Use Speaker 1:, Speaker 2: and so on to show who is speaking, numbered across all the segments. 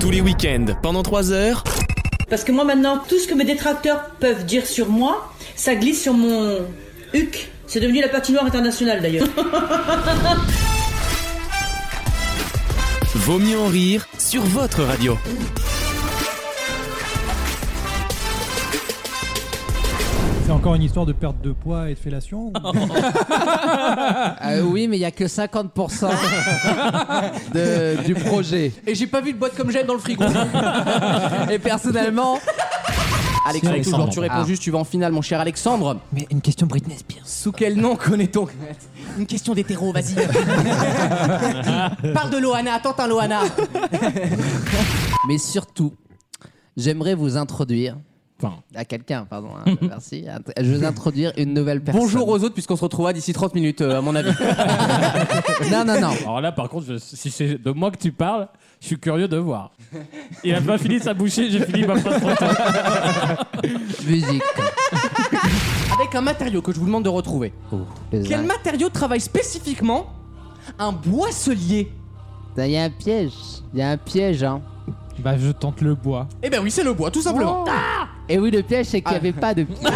Speaker 1: Tous les week-ends, pendant 3 heures.
Speaker 2: Parce que moi maintenant, tout ce que mes détracteurs peuvent dire sur moi, ça glisse sur mon huc. C'est devenu la patinoire internationale d'ailleurs.
Speaker 1: Vaut mieux en rire sur votre radio.
Speaker 3: C'est encore une histoire de perte de poids et de fellation ou-
Speaker 4: Oh. Euh, oui, mais il n'y a que 50% de- du projet. Et j'ai pas vu de boîte comme j'aime dans le frigo. Et personnellement. Alexandre,
Speaker 3: Alexandre.
Speaker 4: toujours, tu réponds juste, tu vas en finale, mon cher Alexandre.
Speaker 5: Mais une question Britney Spears.
Speaker 4: Sous quel nom connaît-on Une question d'hétéro, vas-y. Parle de Loana, tente un Loana. Mais surtout, j'aimerais vous introduire.
Speaker 5: Enfin.
Speaker 4: À quelqu'un, pardon. hein, merci. Je vais introduire une nouvelle personne. Bonjour aux autres, puisqu'on se retrouvera d'ici 30 minutes, euh, à mon avis. non, non, non.
Speaker 5: Alors là, par contre, je- si c'est de moi que tu parles, je suis curieux de voir. Il a pas fini sa bouchée, j'ai fini ma phrase. pour toi.
Speaker 4: Musique. Avec un matériau que je vous demande de retrouver. Quel matériau travaille spécifiquement un boisselier Il y a un piège. Il y a un piège, hein.
Speaker 6: Bah, je tente le bois.
Speaker 4: Eh ben oui, c'est le bois, tout simplement.
Speaker 7: Oh.
Speaker 6: Oh.
Speaker 7: Et oui, le piège, c'est qu'il
Speaker 4: Ah.
Speaker 7: n'y avait pas de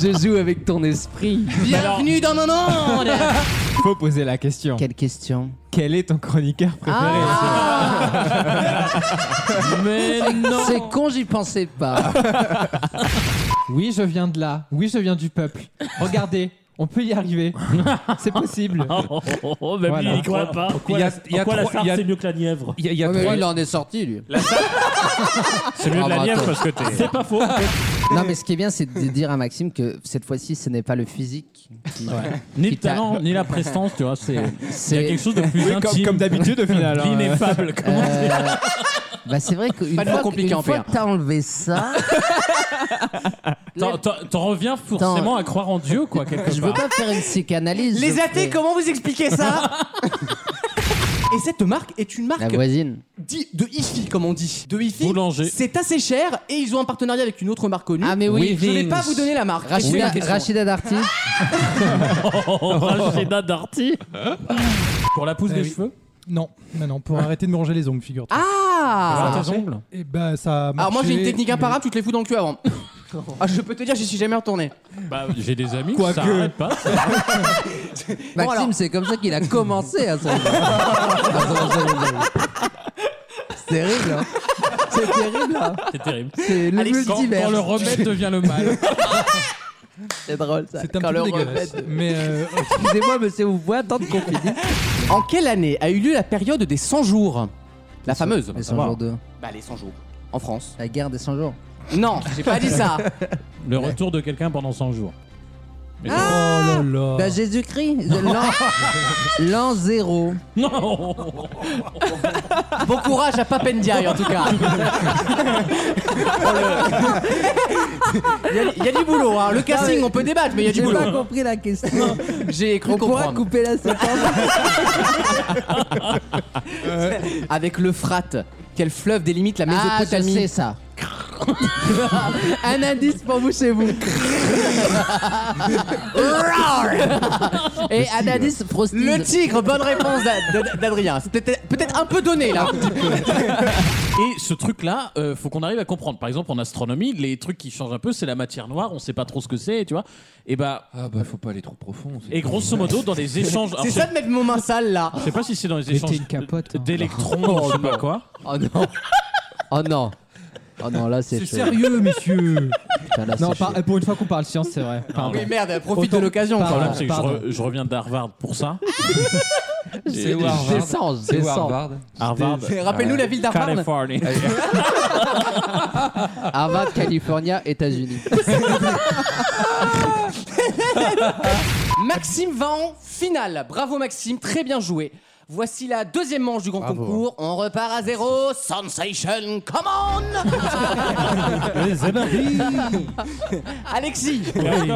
Speaker 7: Je joue avec ton esprit.
Speaker 4: Bienvenue dans mon monde
Speaker 6: Faut poser la question.
Speaker 7: Quelle question
Speaker 6: Quel est ton chroniqueur préféré
Speaker 4: Ah.
Speaker 5: Mais non
Speaker 7: C'est con, j'y pensais
Speaker 4: Ah,
Speaker 7: pas.
Speaker 6: Oui, je viens de là. Oui, je viens du peuple. Regardez, on peut y arriver. C'est possible.
Speaker 5: Oh, oh, oh, même
Speaker 6: Voilà.
Speaker 5: lui, il y croit pas.
Speaker 6: Il y a- il y a
Speaker 5: Pourquoi la
Speaker 6: trois-
Speaker 5: sarthe,
Speaker 6: il y a-
Speaker 5: c'est mieux que la nièvre
Speaker 6: Il y a, il y a
Speaker 7: Ouais, mais
Speaker 6: trois-
Speaker 7: lui, il en est sorti, lui.
Speaker 5: C'est mieux
Speaker 7: Ah,
Speaker 5: que la
Speaker 7: bah,
Speaker 5: nièvre
Speaker 7: attends.
Speaker 5: parce que t'es. C'est pas faux.
Speaker 7: Non, mais ce qui est bien, c'est de dire à Maxime que cette fois-ci, ce n'est pas le physique. qui-
Speaker 5: Ni
Speaker 7: Qui
Speaker 5: le
Speaker 7: t'a-
Speaker 5: talent, ni la prestance, tu vois. c'est- Il y a
Speaker 7: C'est.
Speaker 5: quelque chose de plus intime.
Speaker 6: d'habitude au final. hein.
Speaker 5: L'ineffable. Comment
Speaker 7: euh, Bah, c'est vrai qu'une
Speaker 4: Pas de mot
Speaker 7: fois, que-
Speaker 4: compliqué
Speaker 7: une
Speaker 4: en
Speaker 7: fois
Speaker 4: PR.
Speaker 7: que t'as enlevé ça,
Speaker 5: T'en- T'en t'en reviens forcément à croire en Dieu, quoi, quelque
Speaker 7: je veux pas
Speaker 5: part.
Speaker 7: faire une psychanalyse.
Speaker 4: Les
Speaker 7: je-
Speaker 4: athées, comment vous expliquez ça Et cette marque est une
Speaker 7: La
Speaker 4: marque
Speaker 7: voisine.
Speaker 4: d'i- de hi-fi, comme on dit. De hi-fi.
Speaker 5: Boulanger.
Speaker 4: C'est assez cher et ils ont un partenariat avec une autre marque connue.
Speaker 7: Ah, mais oui.
Speaker 4: Je vais pas vous donner la marque. Rachetez
Speaker 7: Rachida,
Speaker 4: la question.
Speaker 7: Rachida Darty.
Speaker 5: Oh, Rachida Darty. Pour la pousse
Speaker 6: Eh
Speaker 5: des
Speaker 6: oui.
Speaker 5: cheveux
Speaker 6: Non, non, non, pour arrêter de me ronger les ongles, figure-toi.
Speaker 4: Ah
Speaker 5: Pour tes ongles
Speaker 3: Eh
Speaker 6: Et
Speaker 3: ben,
Speaker 6: bah, ça a
Speaker 4: Alors moi j'ai
Speaker 6: marché,
Speaker 4: une technique
Speaker 6: mais-
Speaker 4: imparable, tu te les fous dans le cul avant. Ah, je peux te dire, j'y suis jamais retourné.
Speaker 5: Bah, j'ai des amis,
Speaker 6: Quoique.
Speaker 5: ça arrête pas. ça.
Speaker 4: Bon,
Speaker 7: Maxime,
Speaker 4: alors.
Speaker 7: c'est comme ça qu'il a commencé à se à se ranger les ongles. C'est terrible. hein. C'est terrible. hein.
Speaker 5: C'est terrible.
Speaker 7: C'est le
Speaker 4: Alex,
Speaker 5: Quand,
Speaker 7: multivers.
Speaker 5: quand le remède devient le mal.
Speaker 7: C'est drôle ça.
Speaker 6: C'est un
Speaker 7: Quand
Speaker 6: peu
Speaker 7: le
Speaker 6: dégueulasse.
Speaker 7: remède-
Speaker 6: Mais euh,
Speaker 7: Excusez-moi, monsieur, vous voyez tant de confidence.
Speaker 4: En quelle année a eu lieu la période des 100 jours La fameuse.
Speaker 7: Les 100 jours de.
Speaker 4: Bah les 100 jours. En France.
Speaker 7: La guerre des 100 jours.
Speaker 4: Non, j'ai pas dit ça.
Speaker 5: Le retour de quelqu'un pendant 100 jours.
Speaker 6: oh là
Speaker 7: Bah,
Speaker 6: là.
Speaker 7: Jésus-Christ, l'an- l'an zéro.
Speaker 5: Non
Speaker 4: Bon courage à Papendiaï en tout cas. Il y, a- il y a du boulot, hein. le casting on peut débattre mais il y a du
Speaker 7: J'ai pas
Speaker 4: boulot.
Speaker 7: compris la question.
Speaker 4: J'ai cru
Speaker 7: On pourra
Speaker 4: comprendre.
Speaker 7: couper la séquence.
Speaker 4: Avec le frat, quel fleuve délimite la
Speaker 7: Ah, je
Speaker 4: Mésopotamie
Speaker 7: sais ça. Un indice pour vous chez vous. Et un indice prostitue.
Speaker 4: Le tigre, bonne réponse d'A- d'A- d'Adrien. C'est peut-être peut-être un peu donné là.
Speaker 5: Et ce truc-là, euh, faut qu'on arrive à comprendre. Par exemple, en astronomie, les trucs qui changent un peu, c'est la matière noire, on sait pas trop ce que c'est, tu vois. Et bah,
Speaker 8: Ah bah faut pas aller trop profond.
Speaker 5: et grosso modo, dans les échanges. alors,
Speaker 4: C'est
Speaker 5: je-
Speaker 4: ça de mettre mon main sale là.
Speaker 5: Je sais pas si c'est dans les
Speaker 6: Mais t'es
Speaker 5: échanges
Speaker 6: une capote, hein.
Speaker 5: d'électrons, je sais pas quoi.
Speaker 7: Oh non. Oh non. Oh non, là c'est
Speaker 6: C'est
Speaker 7: chaud.
Speaker 6: sérieux, messieurs.
Speaker 7: Putain, là,
Speaker 6: Non,
Speaker 7: c'est
Speaker 6: par-
Speaker 7: chaud.
Speaker 6: pour une fois qu'on parle science, c'est vrai. Pardon.
Speaker 4: Oui merde, profite
Speaker 6: Autant-
Speaker 4: de l'occasion.
Speaker 5: Le
Speaker 6: Pardon.
Speaker 4: quoi.
Speaker 5: problème, c'est que je,
Speaker 6: pardon.
Speaker 5: re- je reviens d'Harvard pour ça.
Speaker 6: C'est Warvard.
Speaker 7: Descends,
Speaker 8: C'est
Speaker 7: descends.
Speaker 8: Harvard.
Speaker 5: Harvard,
Speaker 4: Rappelle-nous la ville d'Harvard.
Speaker 5: Californie.
Speaker 6: hein.
Speaker 7: Harvard, California, États-Unis.
Speaker 4: Maxime va en finale. Bravo Maxime, très bien joué. Voici la deuxième manche du grand concours. On repart à zéro. Sensation, come on
Speaker 6: Les amis.
Speaker 4: Alexis,
Speaker 5: Ah oui.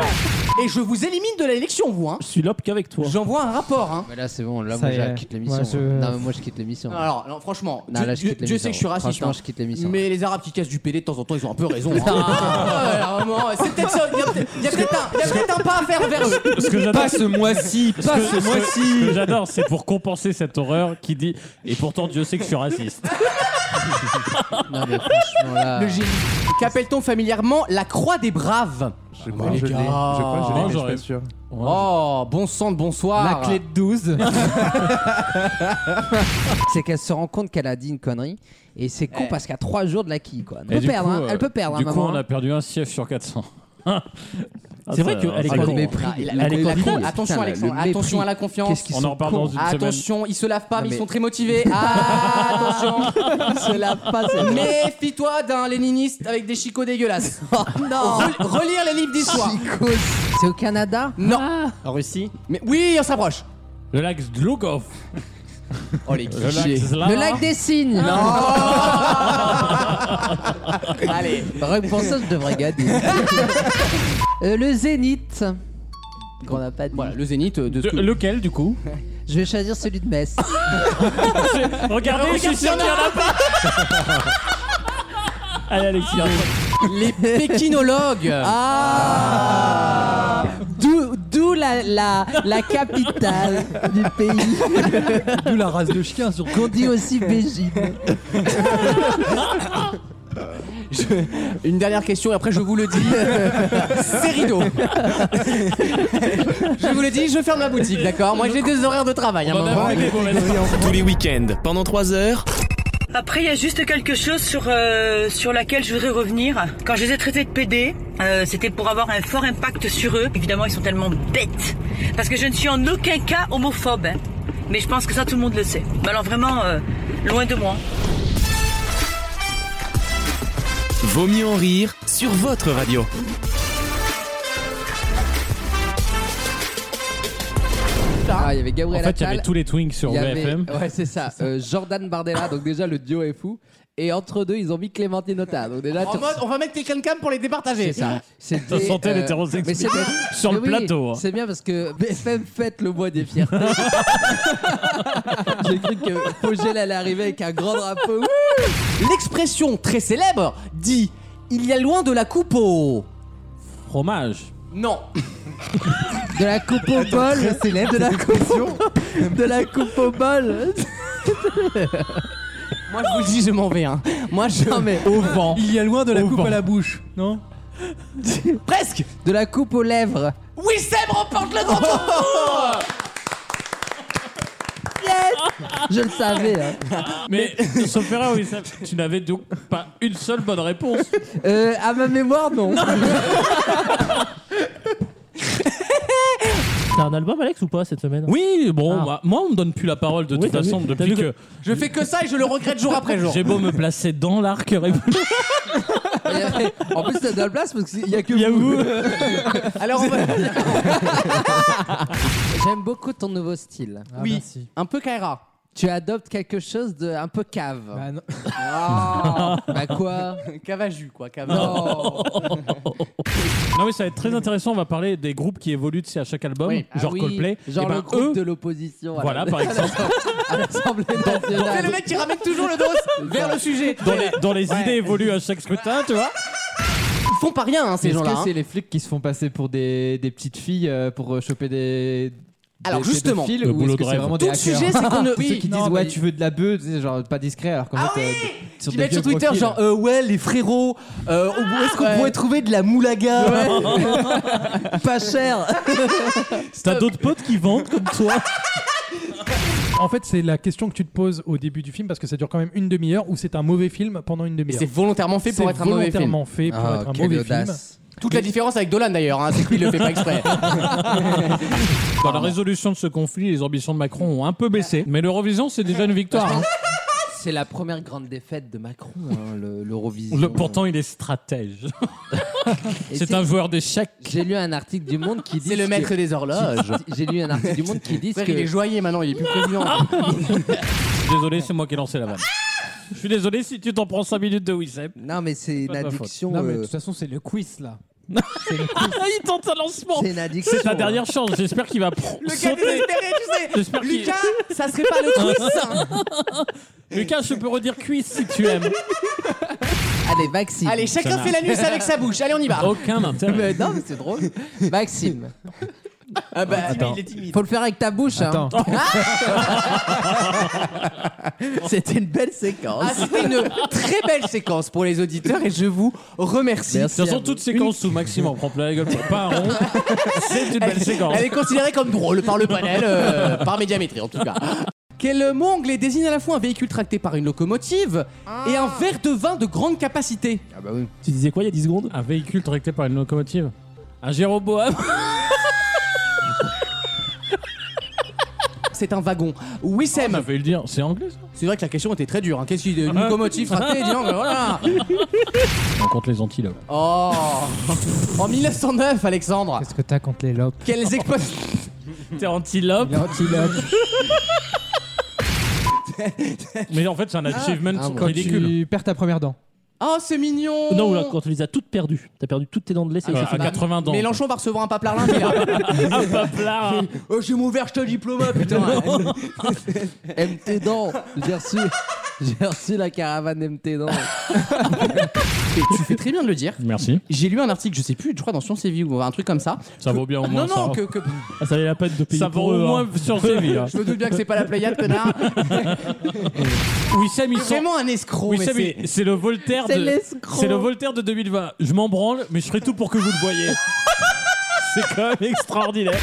Speaker 4: Et je vous élimine de l'élection, vous. Hein.
Speaker 5: Je suis l'op qu'avec toi.
Speaker 4: J'envoie un rapport. Hein.
Speaker 7: Mais là, c'est bon, là,
Speaker 6: Ça
Speaker 7: moi,
Speaker 6: y
Speaker 7: je
Speaker 6: est.
Speaker 7: quitte l'émission.
Speaker 6: Ouais, je-
Speaker 7: hein. Non, mais moi, je quitte l'émission. Non,
Speaker 4: Alors, non, franchement,
Speaker 7: là, je
Speaker 4: Dieu,
Speaker 7: quitte l'émission.
Speaker 4: Dieu sait que Ah. je suis raciste.
Speaker 7: Franchement,
Speaker 4: hein.
Speaker 7: je quitte l'émission.
Speaker 4: Mais les Arabes qui cassent du PD de temps en temps, ils ont un peu raison. hein. Ah, ouais, vraiment, c'est peut-être ça. Il y a peut-être il y a peut-être un, il y a peut-être un pas à faire vers eux.
Speaker 5: Ce que j'adore,
Speaker 6: Pas ce mois-ci, pas
Speaker 5: ce
Speaker 6: ce
Speaker 5: que-
Speaker 6: mois-ci.
Speaker 5: ce que j'adore, c'est pour compenser cette horreur qui dit et pourtant Dieu sait que je suis raciste.
Speaker 7: Non, mais franchement, là.
Speaker 4: Le génie. Qu'appelle-t-on familièrement la croix des braves
Speaker 8: Je crois que je l'ai. Je crois que je l'ai, mais je suis
Speaker 5: j'aurais-
Speaker 8: pas sûr.
Speaker 4: Oh, bon sang de bonsoir.
Speaker 6: La clé de 12.
Speaker 4: Ah,
Speaker 7: c'est qu'elle se rend compte qu'elle a dit une connerie. Et c'est con parce qu'à trois jours de la quille, quoi. Elle
Speaker 5: Et
Speaker 7: peut
Speaker 5: du
Speaker 7: perdre,
Speaker 5: coup,
Speaker 7: hein.
Speaker 5: euh,
Speaker 7: Elle peut perdre,
Speaker 5: Du
Speaker 7: hein,
Speaker 5: coup,
Speaker 7: maman.
Speaker 5: on a perdu un siège sur 400. Ah,
Speaker 9: C'est vrai
Speaker 5: ça, euh,
Speaker 9: que
Speaker 5: ça
Speaker 9: elle est
Speaker 5: compte.
Speaker 7: Ah, le
Speaker 9: con.
Speaker 7: mépris.
Speaker 4: Ah, il a-
Speaker 7: Le
Speaker 4: la- la-
Speaker 7: mépris.
Speaker 4: la-
Speaker 7: Putain,
Speaker 4: attention
Speaker 7: le
Speaker 4: Alexandre,
Speaker 7: mépris.
Speaker 4: attention à la
Speaker 7: Qu'est-ce
Speaker 4: confiance.
Speaker 7: qu'ils
Speaker 5: On
Speaker 7: sont
Speaker 5: en reparle dans
Speaker 7: cons.
Speaker 5: une semaine.
Speaker 4: Attention, ils se lavent pas,
Speaker 7: Non,
Speaker 4: mais ils
Speaker 7: mais-
Speaker 4: sont très motivés. Ah, attention.
Speaker 7: Ils se lavent pas, c'est vrai.
Speaker 4: Méfie-toi d'un léniniste avec des chicots dégueulasses. Oh, non. Re- relire les livres d'histoire.
Speaker 7: Chicos. C'est au Canada
Speaker 4: Non.
Speaker 9: En Russie
Speaker 4: Mais oui, on s'approche.
Speaker 5: Le lac Zloukov.
Speaker 4: Oh les
Speaker 5: Le lac Zla-
Speaker 7: Le lac des signes Non
Speaker 4: Allez.
Speaker 7: Rien que pour ça, je devrais gagner. Euh, le zénith. Qu'on n'a pas dit.
Speaker 4: Voilà, le zénith de ce
Speaker 5: De-
Speaker 4: que-
Speaker 5: lequel du coup
Speaker 7: Je vais choisir celui de Metz.
Speaker 5: Regardez, je suis sûr qu'il y en a pas Allez, Alexis,
Speaker 4: les pékinologues.
Speaker 7: Ah D'où d'où la, la, la capitale du pays,
Speaker 3: D'où la race de chien sur
Speaker 7: qu'on dit aussi Bégine.
Speaker 4: Une dernière question et après je vous le dis. C'est rideau. je vous le dis, je ferme la boutique, d'accord Moi j'ai des horaires de travail. à un
Speaker 5: on en
Speaker 4: moment.
Speaker 5: a fait des mauvaises
Speaker 1: Tous les week-ends, pendant 3 heures.
Speaker 2: Après, il y a juste quelque chose sur, euh, sur laquelle je voudrais revenir. Quand je les ai traités de PD, euh, c'était pour avoir un fort impact sur eux. Évidemment, ils sont tellement bêtes. Parce que je ne suis en aucun cas homophobe. hein. Mais je pense que ça, tout le monde le sait. Mais alors vraiment, euh, loin de moi.
Speaker 1: Vaut mieux en rire sur votre radio.
Speaker 7: Ah, il y avait
Speaker 5: En
Speaker 7: Gabriel
Speaker 5: fait, il y avait
Speaker 7: Attal,
Speaker 5: tous les twinks sur
Speaker 7: il y avait-
Speaker 5: VFM.
Speaker 7: Ouais, c'est ça. euh, Jordan Bardella, donc déjà le duo est fou. Et entre deux, ils ont mis Clémentine Autain. Donc déjà,
Speaker 4: En
Speaker 7: tu-
Speaker 4: mode, on va mettre quelqu'un de cam pour les départager.
Speaker 7: c'est ça. C'était,
Speaker 5: Ça sentait
Speaker 7: euh,
Speaker 5: l'hétérosexualité
Speaker 7: mais c'est bien-
Speaker 5: sur le
Speaker 7: mais oui,
Speaker 5: plateau. hein.
Speaker 7: C'est bien parce que BFM fête le mois des fiertés. J'ai cru que Fogel allait arriver avec un grand drapeau.
Speaker 4: L'expression très célèbre dit il y a loin de la coupe au.
Speaker 5: Fromage.
Speaker 4: Non.
Speaker 7: De la coupe au bol. de, la coupe, de la coupe au bol.
Speaker 4: Moi je vous le dis, je m'en vais. Hein. Moi je.
Speaker 7: Non, mais
Speaker 4: Au vent.
Speaker 3: Il y a loin de la
Speaker 4: Au
Speaker 3: coupe
Speaker 4: vent.
Speaker 3: à la bouche, non
Speaker 4: Presque.
Speaker 7: De la coupe aux lèvres.
Speaker 4: Wissem remporte le grand tour.
Speaker 7: Je le savais. hein.
Speaker 5: Mais, sauf erreur, oui, ça- tu n'avais donc pas une seule bonne réponse.
Speaker 7: Euh, à ma mémoire, non.
Speaker 9: T'as un album, Alex, ou pas cette semaine
Speaker 5: Oui, bon,
Speaker 9: Ah.
Speaker 5: bah, moi, on me donne plus la parole de
Speaker 9: Oui,
Speaker 5: toute
Speaker 9: t'as vu,
Speaker 5: façon
Speaker 9: t'as
Speaker 5: depuis
Speaker 9: vu
Speaker 5: que
Speaker 4: Je fais que ça et je le regrette jour après jour.
Speaker 5: j'ai beau me placer dans l'arc républicain.
Speaker 7: en plus, t'as de la place parce qu'il y a que
Speaker 5: vous.
Speaker 4: Alors on va.
Speaker 7: J'aime beaucoup ton nouveau style.
Speaker 6: Ah,
Speaker 4: oui.
Speaker 6: merci.
Speaker 4: Un peu Kaira.
Speaker 7: Tu adoptes quelque chose de un peu cave.
Speaker 6: Bah, non.
Speaker 7: Bah, quoi
Speaker 4: Cavaju quoi, Cavaju.
Speaker 7: Non.
Speaker 5: Non, mais ça va être très intéressant. On va parler des groupes qui évoluent tu sais, à chaque album,
Speaker 4: Oui.
Speaker 7: Ah
Speaker 5: genre
Speaker 7: oui,
Speaker 5: Coldplay.
Speaker 7: Genre
Speaker 5: Eh ben,
Speaker 7: le groupe
Speaker 5: eux,
Speaker 7: de l'opposition. à
Speaker 5: voilà,
Speaker 7: la-
Speaker 5: par exemple,
Speaker 7: à l'Assemblée
Speaker 4: C'est le
Speaker 7: nationale.
Speaker 4: mec qui ramène toujours le dos vers le sujet.
Speaker 5: dans les, dans les
Speaker 4: Ouais.
Speaker 5: idées évoluent à chaque scrutin, tu vois.
Speaker 4: Ils font pas rien hein, ces
Speaker 6: Est-ce
Speaker 4: gens-là.
Speaker 6: que
Speaker 4: hein.
Speaker 6: c'est les flics qui se font passer pour des, des petites filles euh, pour euh, choper des. des
Speaker 4: Alors, justement,
Speaker 6: pédophiles,
Speaker 5: le
Speaker 6: ou
Speaker 5: boulot
Speaker 6: est-ce
Speaker 5: de
Speaker 6: que c'est
Speaker 5: rêve.
Speaker 6: vraiment
Speaker 4: Tout
Speaker 6: des
Speaker 4: le
Speaker 6: hackers Ah,
Speaker 4: sujet, c'est qu'on ne.
Speaker 6: Ceux qui
Speaker 4: Oui.
Speaker 6: disent
Speaker 3: non,
Speaker 6: ouais
Speaker 3: mais-
Speaker 6: tu veux de la beuh, tu sais, genre pas discret alors qu'en
Speaker 4: Ah
Speaker 6: fait euh, sur
Speaker 4: Qui
Speaker 6: des
Speaker 4: mettent sur
Speaker 6: vieux
Speaker 4: Twitter
Speaker 6: profils.
Speaker 4: genre euh, ouais les frérots euh, où est-ce qu'on pourrait trouver de la moulaga
Speaker 7: Pas cher.
Speaker 5: T'as d'autres potes qui vendent comme toi.
Speaker 3: En fait, c'est la question que tu te poses au début du film parce que ça dure quand même une demi-heure ou c'est un mauvais film pendant une
Speaker 4: Mais
Speaker 3: demi-heure.
Speaker 4: c'est volontairement fait pour
Speaker 3: C'est
Speaker 4: être un mauvais film.
Speaker 3: volontairement fait pour
Speaker 6: Ah,
Speaker 3: être un mauvais film.
Speaker 4: Toute la différence avec Dolan d'ailleurs, hein, c'est qu'il le fait pas exprès.
Speaker 5: Dans la résolution de ce conflit, les ambitions de Macron ont un peu baissé. Mais l'Eurovision, c'est déjà une victoire. hein.
Speaker 7: C'est la première grande défaite de Macron, hein, le- l'Eurovision.
Speaker 5: Le, pourtant, il est stratège.
Speaker 7: Et
Speaker 5: C'est un joueur d'échecs.
Speaker 7: J'ai lu un article du Monde qui dit.
Speaker 4: C'est le maître des horloges.
Speaker 7: J'ai lu un article du Monde qui dit
Speaker 4: Frère, il est
Speaker 7: que.
Speaker 4: joyeux maintenant, il est plus président.
Speaker 5: Désolé, c'est moi qui ai lancé la vanne. Je suis désolé si tu t'en prends 5 minutes de Wissem.
Speaker 7: Non, mais c'est une
Speaker 5: pas de ma faute.
Speaker 7: addiction.
Speaker 6: Non mais de
Speaker 7: euh,
Speaker 6: toute façon c'est le quiz là.
Speaker 5: il tente un lancement.
Speaker 7: C'est une addiction.
Speaker 5: C'est ta dernière chance. J'espère qu'il va pr-
Speaker 4: Le gars
Speaker 5: sauter.
Speaker 4: désespéré, tu sais.
Speaker 5: J'espère qu'il-
Speaker 4: Lucas, ça serait pas le twist.
Speaker 5: Lucas, je peux redire cuisse si tu aimes.
Speaker 7: Allez, Maxime.
Speaker 4: Allez, chacun
Speaker 5: n'a-
Speaker 4: fait l'anus avec sa bouche. Allez, on y va.
Speaker 5: Aucun intérêt.
Speaker 7: Mais non, mais c'est drôle. Maxime.
Speaker 4: Ah bah,
Speaker 6: Attends.
Speaker 4: il est timide.
Speaker 7: Faut le faire avec ta bouche. hein.
Speaker 6: Attends.
Speaker 7: C'était une belle séquence.
Speaker 4: Ah, c'était une très belle séquence pour les auditeurs et je vous remercie.
Speaker 5: De toute façon, toute séquence où Maxime en prend plein la gueule pour pas un rond, c'est une belle séquence.
Speaker 4: Elle est considérée comme drôle par le panel, euh, par médiamétrie en tout cas. Quel mot anglais désigne à la fois un véhicule tracté par une locomotive et un verre de vin de grande capacité
Speaker 7: Ah bah oui.
Speaker 9: Tu disais quoi il y a 10 secondes
Speaker 5: Un véhicule tracté par une locomotive Un Jéroboam
Speaker 4: C'est un wagon. Oui, Sam.
Speaker 5: Ça fait le dire, c'est anglais ça
Speaker 4: C'est vrai que la question était très dure. hein. Qu'est-ce qu'une locomotive tractée Dis donc, mais voilà.
Speaker 5: On compte les antilopes.
Speaker 4: Oh En 1909, Alexandre,
Speaker 6: Qu'est-ce que t'as contre les lopes
Speaker 4: quels exploits.
Speaker 5: T'es antilope
Speaker 6: L'antilope.
Speaker 5: Mais en fait, c'est un achievement
Speaker 7: Ah, ouais.
Speaker 6: Quand
Speaker 5: ridicule.
Speaker 6: tu perds ta première dent.
Speaker 4: Oh, c'est mignon
Speaker 9: Non, ou là, quand tu les as toutes perdues. T'as perdu toutes tes dents de lait, c'est
Speaker 5: Ah,
Speaker 9: c'est
Speaker 5: à Ah,
Speaker 9: fini.
Speaker 5: 80 ans.
Speaker 4: Mélenchon va recevoir un pape lundi là.
Speaker 5: Un paplard.
Speaker 4: oh, j'ai mon verre, je te diplôme, putain.
Speaker 7: MT dents. J'ai reçu, j'ai reçu la caravane MT dents.
Speaker 4: tu fais très bien de le dire.
Speaker 5: Merci.
Speaker 4: J'ai lu un article, je sais plus, je crois dans Science et Vie ou un truc comme ça.
Speaker 5: Ça vaut bien au moins
Speaker 4: non,
Speaker 5: ça.
Speaker 4: non, que, que-
Speaker 9: Ah, ça valait la peine de payer
Speaker 5: Ça
Speaker 9: pour
Speaker 5: vaut
Speaker 9: eux,
Speaker 5: au
Speaker 9: hein.
Speaker 5: moins sur ses vies.
Speaker 4: je me doute bien que c'est pas la Pléiade, connard.
Speaker 9: hein.
Speaker 5: Wissem, ils
Speaker 4: C'est
Speaker 5: sont.
Speaker 4: vraiment un escroc. mais
Speaker 9: Oh,
Speaker 5: Wissem,
Speaker 4: c'est-
Speaker 5: il- c'est le Voltaire
Speaker 7: C'est
Speaker 5: de.
Speaker 7: l'escroc.
Speaker 5: C'est le Voltaire de 2020. Je m'en branle, mais je ferai tout pour que vous le voyez. c'est quand même extraordinaire.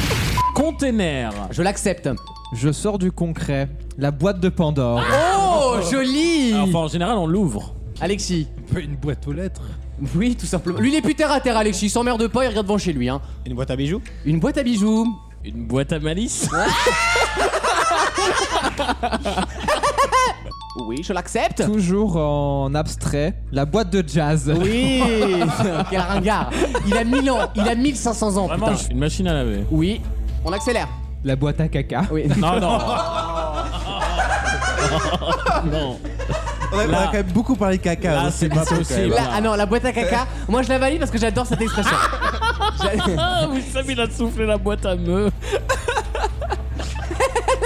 Speaker 5: Container.
Speaker 4: Je l'accepte.
Speaker 6: Je sors du concret. La boîte de Pandore.
Speaker 4: Oh, joli
Speaker 5: Enfin, en général, on l'ouvre.
Speaker 4: Alexis.
Speaker 6: Une boîte aux lettres.
Speaker 4: Oui, tout simplement. Lui, il est plus terre à terre, Alexis. Il s'emmerde pas, il regarde devant chez lui. Hein.
Speaker 10: Une boîte à bijoux
Speaker 4: Une boîte à bijoux.
Speaker 5: Une boîte à malice.
Speaker 4: Oui, je l'accepte.
Speaker 6: Toujours en abstrait. La boîte de jazz.
Speaker 4: Oui Quel ringard Il a 1000 ans, il a 1500 ans,
Speaker 5: Vraiment,
Speaker 4: putain.
Speaker 5: une machine à laver.
Speaker 4: Oui, on accélère.
Speaker 6: La boîte à caca.
Speaker 4: Oui.
Speaker 5: Non, non. non.
Speaker 7: On a
Speaker 5: Là.
Speaker 7: quand même beaucoup parlé de caca.
Speaker 5: Là,
Speaker 7: hein,
Speaker 5: c'est pas
Speaker 7: l'émission,
Speaker 5: possible.
Speaker 7: quand
Speaker 4: Là, ah non, la boîte à caca, moi je la valide parce que j'adore cette expression. J'a-
Speaker 5: Ah, Wissem, il a soufflé la boîte à meux.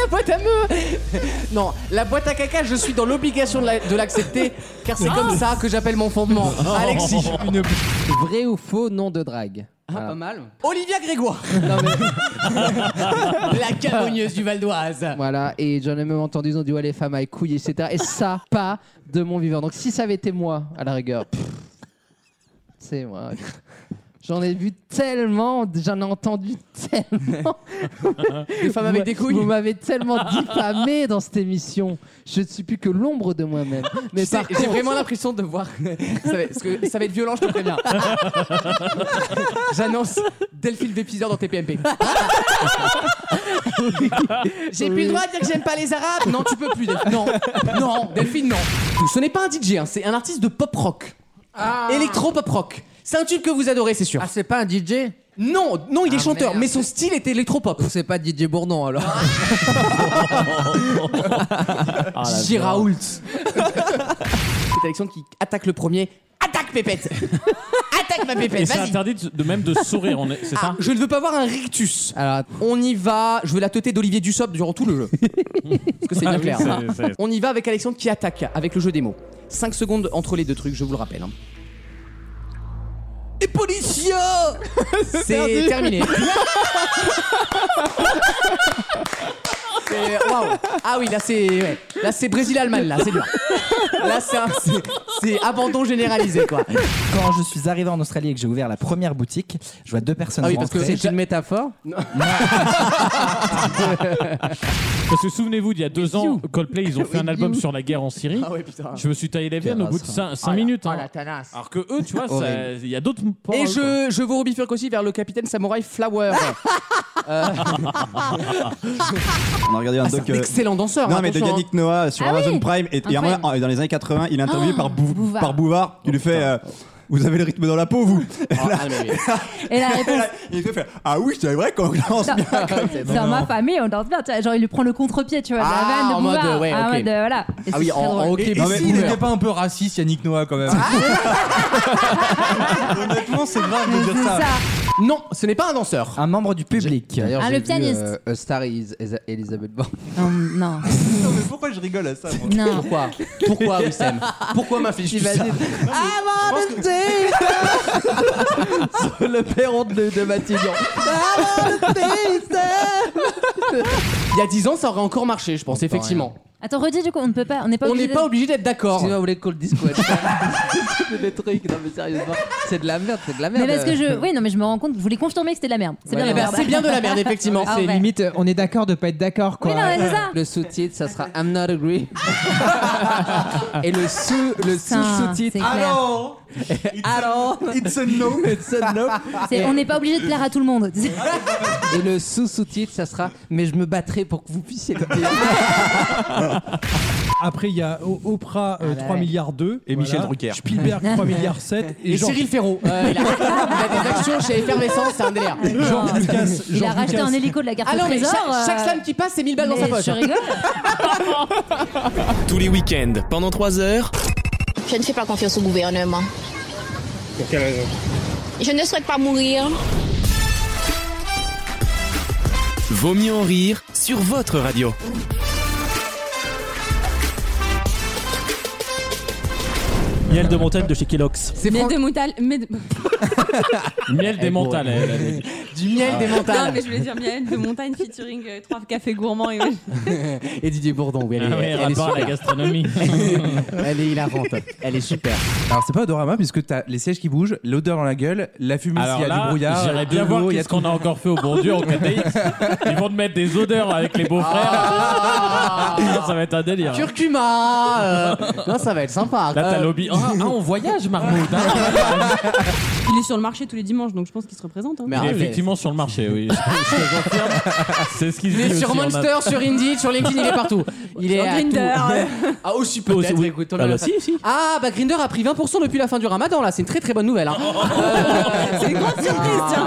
Speaker 4: la boîte à meux Non, la boîte à caca, je suis dans l'obligation de la- de l'accepter car c'est comme ça que j'appelle mon fondement. Alexis
Speaker 6: Une
Speaker 7: même. Vrai ou faux nom de drague
Speaker 4: Ah,
Speaker 7: Ah. Voilà.
Speaker 4: mal. Olivia Grégoire
Speaker 7: Non, mais-
Speaker 4: La cavogneuse du Val d'Oise
Speaker 7: Voilà, et j'en ai même entendu, ils ont dit ouais, les femmes à couilles, etc. Et ça, pas de mon vivant. Donc si ça avait été moi, à la rigueur, pff, c'est moi. J'en ai vu tellement, j'en ai entendu tellement.
Speaker 4: Des femmes avec des couilles
Speaker 7: Vous m'avez tellement diffamé dans cette émission. Je ne suis plus que l'ombre de moi-même. Mais
Speaker 4: Tu sais,
Speaker 7: par
Speaker 4: J'ai
Speaker 7: contre-
Speaker 4: vraiment l'impression de voir. ça, va, parce que ça va être violent, je te préviens. J'annonce Delphine Dépiseur dans TPMP. J'ai plus le droit de dire que j'aime pas les Arabes. Non, tu peux plus, Delphine. Non, non, Delphine, non. Ce n'est pas un DJ, hein, c'est un artiste de pop rock. Électro pop rock. C'est un tube que vous adorez, c'est sûr.
Speaker 7: Ah, c'est pas un DJ
Speaker 4: Non, non, il est
Speaker 7: Ah,
Speaker 4: chanteur,
Speaker 7: merde.
Speaker 4: mais son style est électro pop.
Speaker 7: C'est pas DJ Bournon alors.
Speaker 4: Ah, J. Raoult. C'est Alexandre qui attaque le premier. Attaque Pépette Attaque ma
Speaker 5: Et
Speaker 4: Pépette,
Speaker 5: c'est
Speaker 4: vas-y
Speaker 5: interdit de, de même de sourire, on est- c'est
Speaker 4: Ah,
Speaker 5: ça
Speaker 4: je ne veux pas voir un rictus.
Speaker 7: Alors,
Speaker 4: On y va. Je veux la teuter d'Olivier Dussopt durant tout le jeu. Parce que c'est bien clair.
Speaker 5: C'est- c'est-
Speaker 4: On y va avec Alexandre qui attaque avec le jeu des mots. 5 secondes entre les deux trucs, je vous le rappelle. hein. Et policiers C'est terminé. C'est- waouh. Ah oui, là c'est ouais. là c'est Brésil-Allemagne, là c'est dur. Là c'est un- c'est- c'est abandon généralisé quoi.
Speaker 11: Quand je suis arrivé en Australie et que j'ai ouvert la première boutique, je vois deux personnes
Speaker 4: Ah oui, parce que
Speaker 11: rentrer.
Speaker 4: c'est une métaphore.
Speaker 5: Parce que souvenez-vous, il y a deux ans, Coldplay, ils ont fait un album sur la guerre en Syrie.
Speaker 7: Ah
Speaker 4: ouais, putain.
Speaker 5: Je me suis taillé les veines au bout de 5 minutes. hein. Alors que eux, tu vois, ça- il y a d'autres. paroles,
Speaker 4: Et je, Euh, je vous rebifurque aussi vers le capitaine samouraï Flower.
Speaker 7: Ah,
Speaker 10: On
Speaker 11: Ah,
Speaker 10: a regardé un doc.
Speaker 4: C'est un
Speaker 10: euh,
Speaker 4: excellent danseur. hein,
Speaker 10: Non, mais de
Speaker 4: attention,
Speaker 10: Yannick Noah sur Amazon Prime. Et il y a un moment, dans les années 80, il est interviewé par, Bou- par Bouvard. Il lui fait. euh, Vous avez le rythme dans la peau, vous
Speaker 5: Ah,
Speaker 12: Et la réponse-
Speaker 10: Il te fait Ah oui, c'est vrai qu'on lance
Speaker 12: Dans,
Speaker 10: bien comme ça.
Speaker 12: dans ma famille, on danse bien. tu vois, Genre, il lui prend le contre-pied, tu vois, de la
Speaker 10: Ah,
Speaker 12: vanne de
Speaker 10: en mode,
Speaker 12: Bouvard.
Speaker 10: ouais,
Speaker 12: Ah,
Speaker 10: ok.
Speaker 12: en mode, euh, voilà. Et c'est très drôle.
Speaker 10: Et- et s'il n'était pas un peu raciste, Yannick Noah, quand même
Speaker 4: Honnêtement, c'est grave de dire ça. Non, ce n'est pas un danseur. Un membre du public.
Speaker 7: D'ailleurs,
Speaker 12: Ah,
Speaker 7: j'ai
Speaker 12: le
Speaker 7: vu,
Speaker 12: pianiste.
Speaker 7: euh, A Star is Esa- Elizabeth Born.
Speaker 12: Non, Oh, non.
Speaker 10: Non, mais pourquoi je rigole à ça moi
Speaker 12: Non.
Speaker 4: Pourquoi Pourquoi, Wissem Pourquoi m'affiches-tu ça
Speaker 7: J'imagine.
Speaker 4: Sur le perron de, de Matignon. Il y a 10 ans, ça aurait encore marché, je pense, effectivement.
Speaker 12: Attends, redis du coup, on ne peut pas. On n'est pas
Speaker 4: On n'est
Speaker 12: obligé
Speaker 4: pas
Speaker 12: de-
Speaker 4: obligé d'être d'accord.
Speaker 7: Sinon, vous voulez qu'on le dise quoi C'est des trucs, non mais sérieusement. C'est de la merde, c'est de la merde.
Speaker 12: Mais parce que je. Oui, non, mais je me rends compte, vous voulez confirmer que c'était de la merde. C'est bien,
Speaker 7: Ouais.
Speaker 12: de la
Speaker 7: Eh ben,
Speaker 12: merde.
Speaker 7: c'est bien de la merde, effectivement.
Speaker 12: Ah
Speaker 7: C'est
Speaker 12: ouais.
Speaker 7: limite-
Speaker 6: Limite, euh, on est d'accord de pas être d'accord, quoi.
Speaker 12: Oui, non, mais c'est ça.
Speaker 7: Le sous-titre, ça sera I'm not agree. Et le sous le
Speaker 12: Putain,
Speaker 7: sous-titre.
Speaker 12: c'est clair.
Speaker 7: Alors, it's a no, it's a no.
Speaker 12: C'est- On n'est pas obligé de plaire à tout le monde.
Speaker 7: Et le sous-sous-titre, ça sera Mais je me battrai pour que vous puissiez le dire.
Speaker 3: Après, il y a O- Oprah euh,
Speaker 7: Ah bah
Speaker 3: 3
Speaker 7: ouais.
Speaker 3: milliards 2.
Speaker 10: Et Michel Drucker.
Speaker 3: Spielberg 3 milliards 7.
Speaker 4: Et, Cyril Ferraud. euh, il, a, il a des actions chez Effervescence, c'est un délire.
Speaker 3: George Lucas.
Speaker 12: Il a
Speaker 3: George
Speaker 12: racheté
Speaker 3: Lucas.
Speaker 12: un hélico de la carte
Speaker 4: Ah non,
Speaker 12: au
Speaker 4: mais
Speaker 12: trésor.
Speaker 4: chaque, chaque
Speaker 12: euh,
Speaker 4: slam qui passe, c'est 1000 balles dans sa
Speaker 12: mais
Speaker 4: poche.
Speaker 12: Je rigole.
Speaker 1: Tous les week-ends, pendant 3 heures.
Speaker 13: Je ne fais pas confiance au gouvernement.
Speaker 1: Pour quelle raison
Speaker 13: Je ne souhaite pas mourir.
Speaker 1: Vaut mieux en rire sur votre radio.
Speaker 9: Miel de montagne de chez Kellogg's.
Speaker 14: C'est miel de montagne. Mais de...
Speaker 5: Miel des
Speaker 9: Eh,
Speaker 5: mentales.
Speaker 9: bon.
Speaker 5: elle, elle a dit.
Speaker 4: Du miel des
Speaker 14: Ah. Non,
Speaker 4: mentales.
Speaker 14: mais je voulais dire miel de montagne featuring euh, trois cafés gourmands et.
Speaker 4: Et Didier Bourdon, oui, elle est,
Speaker 5: Ah ouais,
Speaker 4: elle est
Speaker 5: rapport à la
Speaker 4: super.
Speaker 5: gastronomie.
Speaker 4: elle est hilarante. Elle est super.
Speaker 8: Alors c'est pas odorama puisque t'as les sièges qui bougent, l'odeur dans la gueule, la fumée
Speaker 5: Alors
Speaker 8: s'il y a
Speaker 5: là,
Speaker 8: du brouillard.
Speaker 5: J'irais
Speaker 8: de
Speaker 5: bien voir
Speaker 8: l'eau, il y a
Speaker 5: qu'est-ce qu'on a encore fait au bon Dieu en KTX. Ils vont te mettre des odeurs avec les beaux-frères.
Speaker 8: Ah.
Speaker 5: ça va être un délire.
Speaker 4: Curcuma euh, Non, ça va être sympa.
Speaker 5: Là, t'as
Speaker 4: Euh,
Speaker 5: lobby. Ah, ah, on voyage, Marmoud. hein.
Speaker 14: Il est sur le marché tous les dimanches, donc je pense qu'il se représente. hein.
Speaker 5: Il
Speaker 8: ah,
Speaker 5: est effectivement sur le marché, oui. Je te confirme. C'est ce qu'ils
Speaker 4: Il est
Speaker 5: disent
Speaker 4: sur
Speaker 5: aussi, on a-
Speaker 4: Monster, sur Indeed, sur LinkedIn, il est partout. Il est
Speaker 14: Sur
Speaker 4: à
Speaker 14: Grindr.
Speaker 4: tout. Ah aussi peut-être.
Speaker 5: oui.
Speaker 4: écoute, on
Speaker 5: Ah
Speaker 4: a
Speaker 5: bah
Speaker 4: le-
Speaker 5: si, si.
Speaker 4: Ah, bah Grinder a pris 20% depuis la fin du Ramadan là. C'est une très très bonne nouvelle. hein.
Speaker 5: Oh,
Speaker 14: C'est une grande surprise, tiens.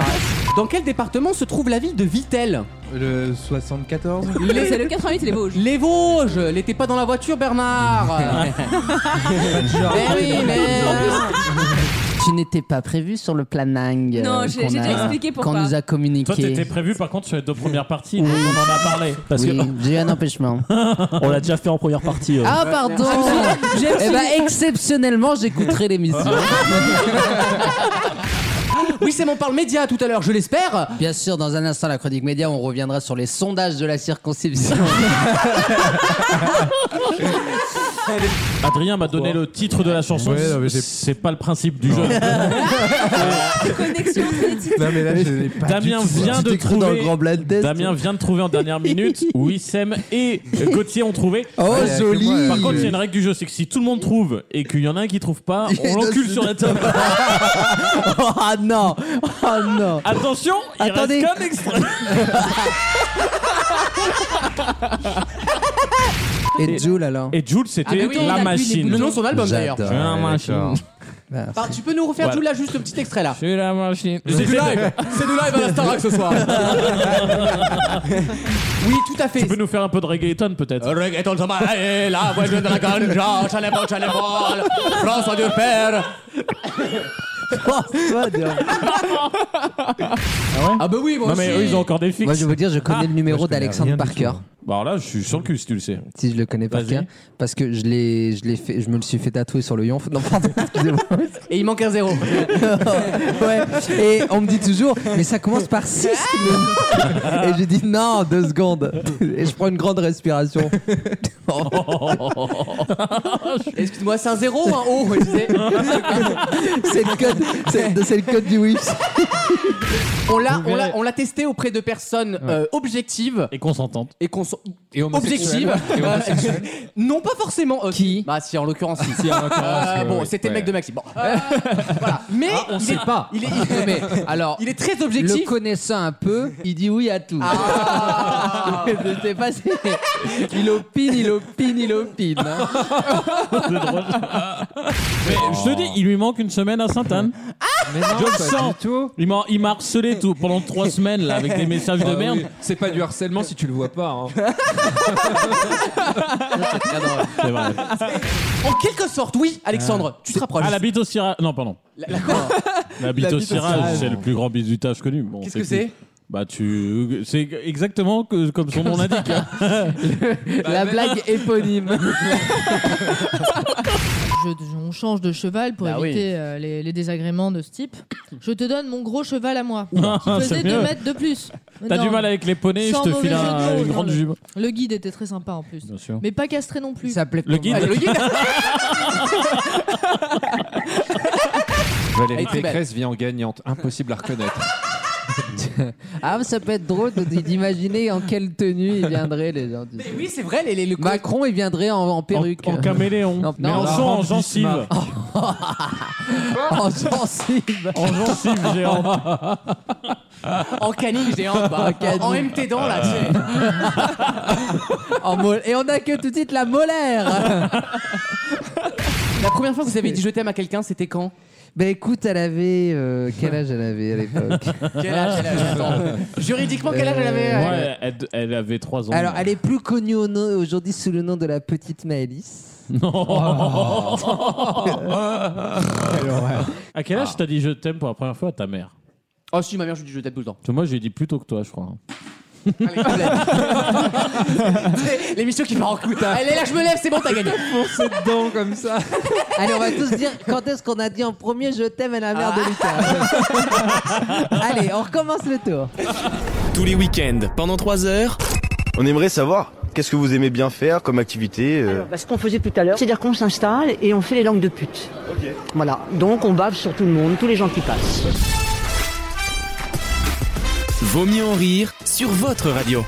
Speaker 4: Dans quel département se trouve la ville de Vitel
Speaker 8: Le 74
Speaker 14: Le- C'est le 88, il est beau.
Speaker 4: Les Vosges. L'étais pas dans la voiture, Bernard. mais oui, mais.
Speaker 7: Tu n'étais pas prévu sur le planning. euh,
Speaker 14: Non, j'ai-
Speaker 7: qu'on
Speaker 14: j'ai
Speaker 7: a-
Speaker 14: déjà expliqué pourquoi.
Speaker 7: Qu'on nous a communiqué.
Speaker 5: Toi, t'étais prévu par contre sur les deux premières parties. donc On en a parlé. Parce
Speaker 7: Oui,
Speaker 5: que
Speaker 7: j'ai eu un empêchement.
Speaker 9: On l'a déjà fait en première partie. euh.
Speaker 7: Ah pardon Eh ben exceptionnellement j'écouterai l'émission.
Speaker 4: Oui, c'est mon parle média tout à l'heure, je l'espère.
Speaker 7: Bien sûr, dans un instant la chronique média, on reviendra sur les sondages de la circonscription.
Speaker 5: Adrien m'a donné le titre de la chanson.
Speaker 8: Ouais, non, mais j'ai-
Speaker 5: C'est pas le principe du jeu.
Speaker 14: Connexion entre les titres.
Speaker 8: Non mais là je l'ai pas
Speaker 5: Damien
Speaker 8: du tout.
Speaker 5: vient
Speaker 8: Tu
Speaker 5: de
Speaker 8: t'es cru
Speaker 5: trouver.
Speaker 8: dans le grand blind test.
Speaker 5: Damien vient de trouver en dernière minute. Wissem et Gauthier ont trouvé.
Speaker 8: Oh,
Speaker 5: Ouais,
Speaker 8: joli.
Speaker 5: que moi, Par
Speaker 7: euh,
Speaker 5: contre, il y a une règle du jeu, c'est que si tout le monde trouve et qu'il y en a un qui trouve pas, on l'encule sur la table.
Speaker 7: Ah non Oh non
Speaker 5: Attention, il
Speaker 7: Attendez.
Speaker 5: reste qu'un extrait.
Speaker 7: Et Jules alors
Speaker 5: Et Jules,
Speaker 4: Ah, mais
Speaker 5: c'était
Speaker 4: oui, on a
Speaker 5: la
Speaker 4: vu les
Speaker 5: machine.
Speaker 4: boutons. Le nom de son album,
Speaker 7: J'adore.
Speaker 5: Je suis la machine.
Speaker 4: Par- tu peux nous refaire
Speaker 5: Voilà.
Speaker 4: tout là juste le petit extrait là.
Speaker 5: Je suis la machine.
Speaker 4: C'est du live, c'est du live à la Starac ce soir. oui, tout à fait.
Speaker 5: Tu peux nous faire un peu de reggaeton peut-être
Speaker 4: Reggaeton ça va, eh, la voix de la ganja, chalébol, chalébol, François Durper. Oh, Ah bah oui, moi
Speaker 5: Non mais eux ils ont encore des
Speaker 7: Moi
Speaker 5: fixes.
Speaker 7: je veux dire, je connais le numéro
Speaker 8: Ah. Moi, je connais
Speaker 7: d'Alexandre
Speaker 8: rien du
Speaker 7: Parker.
Speaker 5: Bah alors là je suis sur le cul si tu le sais.
Speaker 7: Si je le connais par
Speaker 5: Vas-y.
Speaker 7: cœur, parce que je l'ai, je l'ai fait, je me le suis fait tatouer sur le yonf. Non, pardon, excusez-moi.
Speaker 4: Et il manque un zéro.
Speaker 7: Ouais. Et on me dit toujours, mais ça commence par 6 Et je dis non, deux secondes. Et je prends une grande respiration.
Speaker 4: Excuse-moi, c'est un zéro ou un O je disais.
Speaker 7: C'est le code, c'est, c'est le code du whips.
Speaker 4: On l'a,
Speaker 5: Vous
Speaker 4: on l'a-
Speaker 5: verrez.
Speaker 4: on l'a testé auprès de personnes euh, objectives
Speaker 5: Et consentantes.
Speaker 4: et cons-
Speaker 5: homosexuelles.
Speaker 4: objectives,
Speaker 5: Et homosexuelles.
Speaker 4: non pas forcément qui. Bah si en l'occurrence si.
Speaker 5: Si, en l'occurrence,
Speaker 4: Euh,
Speaker 5: oui,
Speaker 4: bon,
Speaker 5: oui.
Speaker 4: c'était le mec
Speaker 5: Ouais.
Speaker 4: de Maxime. Bon. Euh, voilà. Mais on
Speaker 7: Ah, sait
Speaker 4: pas. Il est, il-
Speaker 7: Mais, alors,
Speaker 4: Oh, il est très objectif.
Speaker 7: Le connaissant un peu, il dit oui à tout.
Speaker 4: Ah.
Speaker 7: Je sais pas si- Il opine, il opine, il opine. hein.
Speaker 5: Mais je te dis, il lui manque une semaine à Sainte-Anne.
Speaker 6: Ah, Mais non,
Speaker 5: je le
Speaker 6: pas
Speaker 5: sens. Il m'a il m'a harcelé tout, pendant trois semaines là, avec des messages de
Speaker 6: Ah
Speaker 5: merde.
Speaker 6: oui, C'est pas du harcèlement si tu le vois pas. hein.
Speaker 5: Ah C'est vrai.
Speaker 4: En quelque sorte, oui, Alexandre, tu te rapproches.
Speaker 5: Ah, la bite au cirage. Non, pardon. La, bite
Speaker 4: La
Speaker 5: au
Speaker 4: bite au
Speaker 5: cirage,
Speaker 4: cirage.
Speaker 5: c'est le plus grand bizutage connu. Bon,
Speaker 4: Qu'est-ce que
Speaker 5: plus-
Speaker 4: c'est
Speaker 5: bah tu c'est exactement que- comme son nom l'indique. hein.
Speaker 4: Bah,
Speaker 7: La blague éponyme.
Speaker 15: Je- on change de cheval pour
Speaker 5: Bah oui.
Speaker 15: éviter euh, les, les désagréments de ce type. Je te donne mon gros cheval à moi.
Speaker 5: Ouah,
Speaker 15: Qui faisait
Speaker 5: c'est
Speaker 15: 2
Speaker 5: mieux.
Speaker 15: mètres de plus.
Speaker 5: T'as
Speaker 15: Non.
Speaker 5: du mal avec les poneys,
Speaker 15: Sans
Speaker 5: je te
Speaker 15: mauvais
Speaker 5: file
Speaker 15: jeu de
Speaker 5: un-
Speaker 15: mots,
Speaker 5: une
Speaker 15: non,
Speaker 5: grande
Speaker 15: le-
Speaker 5: jupe.
Speaker 15: Le guide était très sympa en plus.
Speaker 5: Bien sûr.
Speaker 15: Mais pas castré non plus.
Speaker 5: Le guide.
Speaker 15: Ah, le guide.
Speaker 6: Valérie
Speaker 7: Elle était belle.
Speaker 6: Pécresse vient en gagnante. Impossible à reconnaître.
Speaker 7: Ah, mais ça peut être drôle de- d'imaginer en quelle tenue il viendrait, les gens. Mais
Speaker 4: oui, c'est vrai, les,
Speaker 7: Macron, il viendrait en, en perruque.
Speaker 5: En caméléon.
Speaker 7: Non,
Speaker 5: Mélenchon
Speaker 7: non.
Speaker 5: en gencive.
Speaker 7: En gencive.
Speaker 5: En gencive géante.
Speaker 4: En canine géante, quoi.
Speaker 7: En canine.
Speaker 4: En MT dent, là, tu sais.
Speaker 7: Ah. En mol- Et on a que tout de suite la molaire.
Speaker 4: La première fois que vous avez dit je t'aime à quelqu'un, c'était quand
Speaker 7: Bah écoute, elle avait. euh, quel âge elle avait à l'époque
Speaker 4: Quel âge elle avait Attends. Juridiquement, quel âge elle avait
Speaker 7: Euh,
Speaker 5: Ouais,
Speaker 4: elle
Speaker 5: elle, elle avait 3 ans.
Speaker 7: Alors, elle est plus connue au nom- aujourd'hui sous le nom de la petite Maëlys.
Speaker 5: Non. Oh. À quel âge t'as dit je t'aime pour la première fois à ta mère
Speaker 4: Oh, si, ma mère, je lui dis je t'aime tout le temps.
Speaker 5: Parce que Moi, j'ai dit plus tôt que toi, je crois.
Speaker 4: C'est L'émission qui part en couille. Elle est là, je me lève, c'est bon, t'as gagné.
Speaker 7: Foncer dedans comme ça. Allez, on va tous dire quand est-ce qu'on a dit en premier je t'aime à la mère de
Speaker 4: Ah.
Speaker 7: Lucas. Allez, on recommence le tour.
Speaker 1: Tous les week-ends, pendant 3 heures. On aimerait savoir qu'est-ce que vous aimez bien faire comme activité
Speaker 16: Bah, ce qu'on faisait tout à l'heure, c'est-à-dire qu'on s'installe et on fait les langues de pute. Voilà, donc on bave sur tout le monde, tous les gens qui passent.
Speaker 1: Vaut mieux en rire sur votre radio.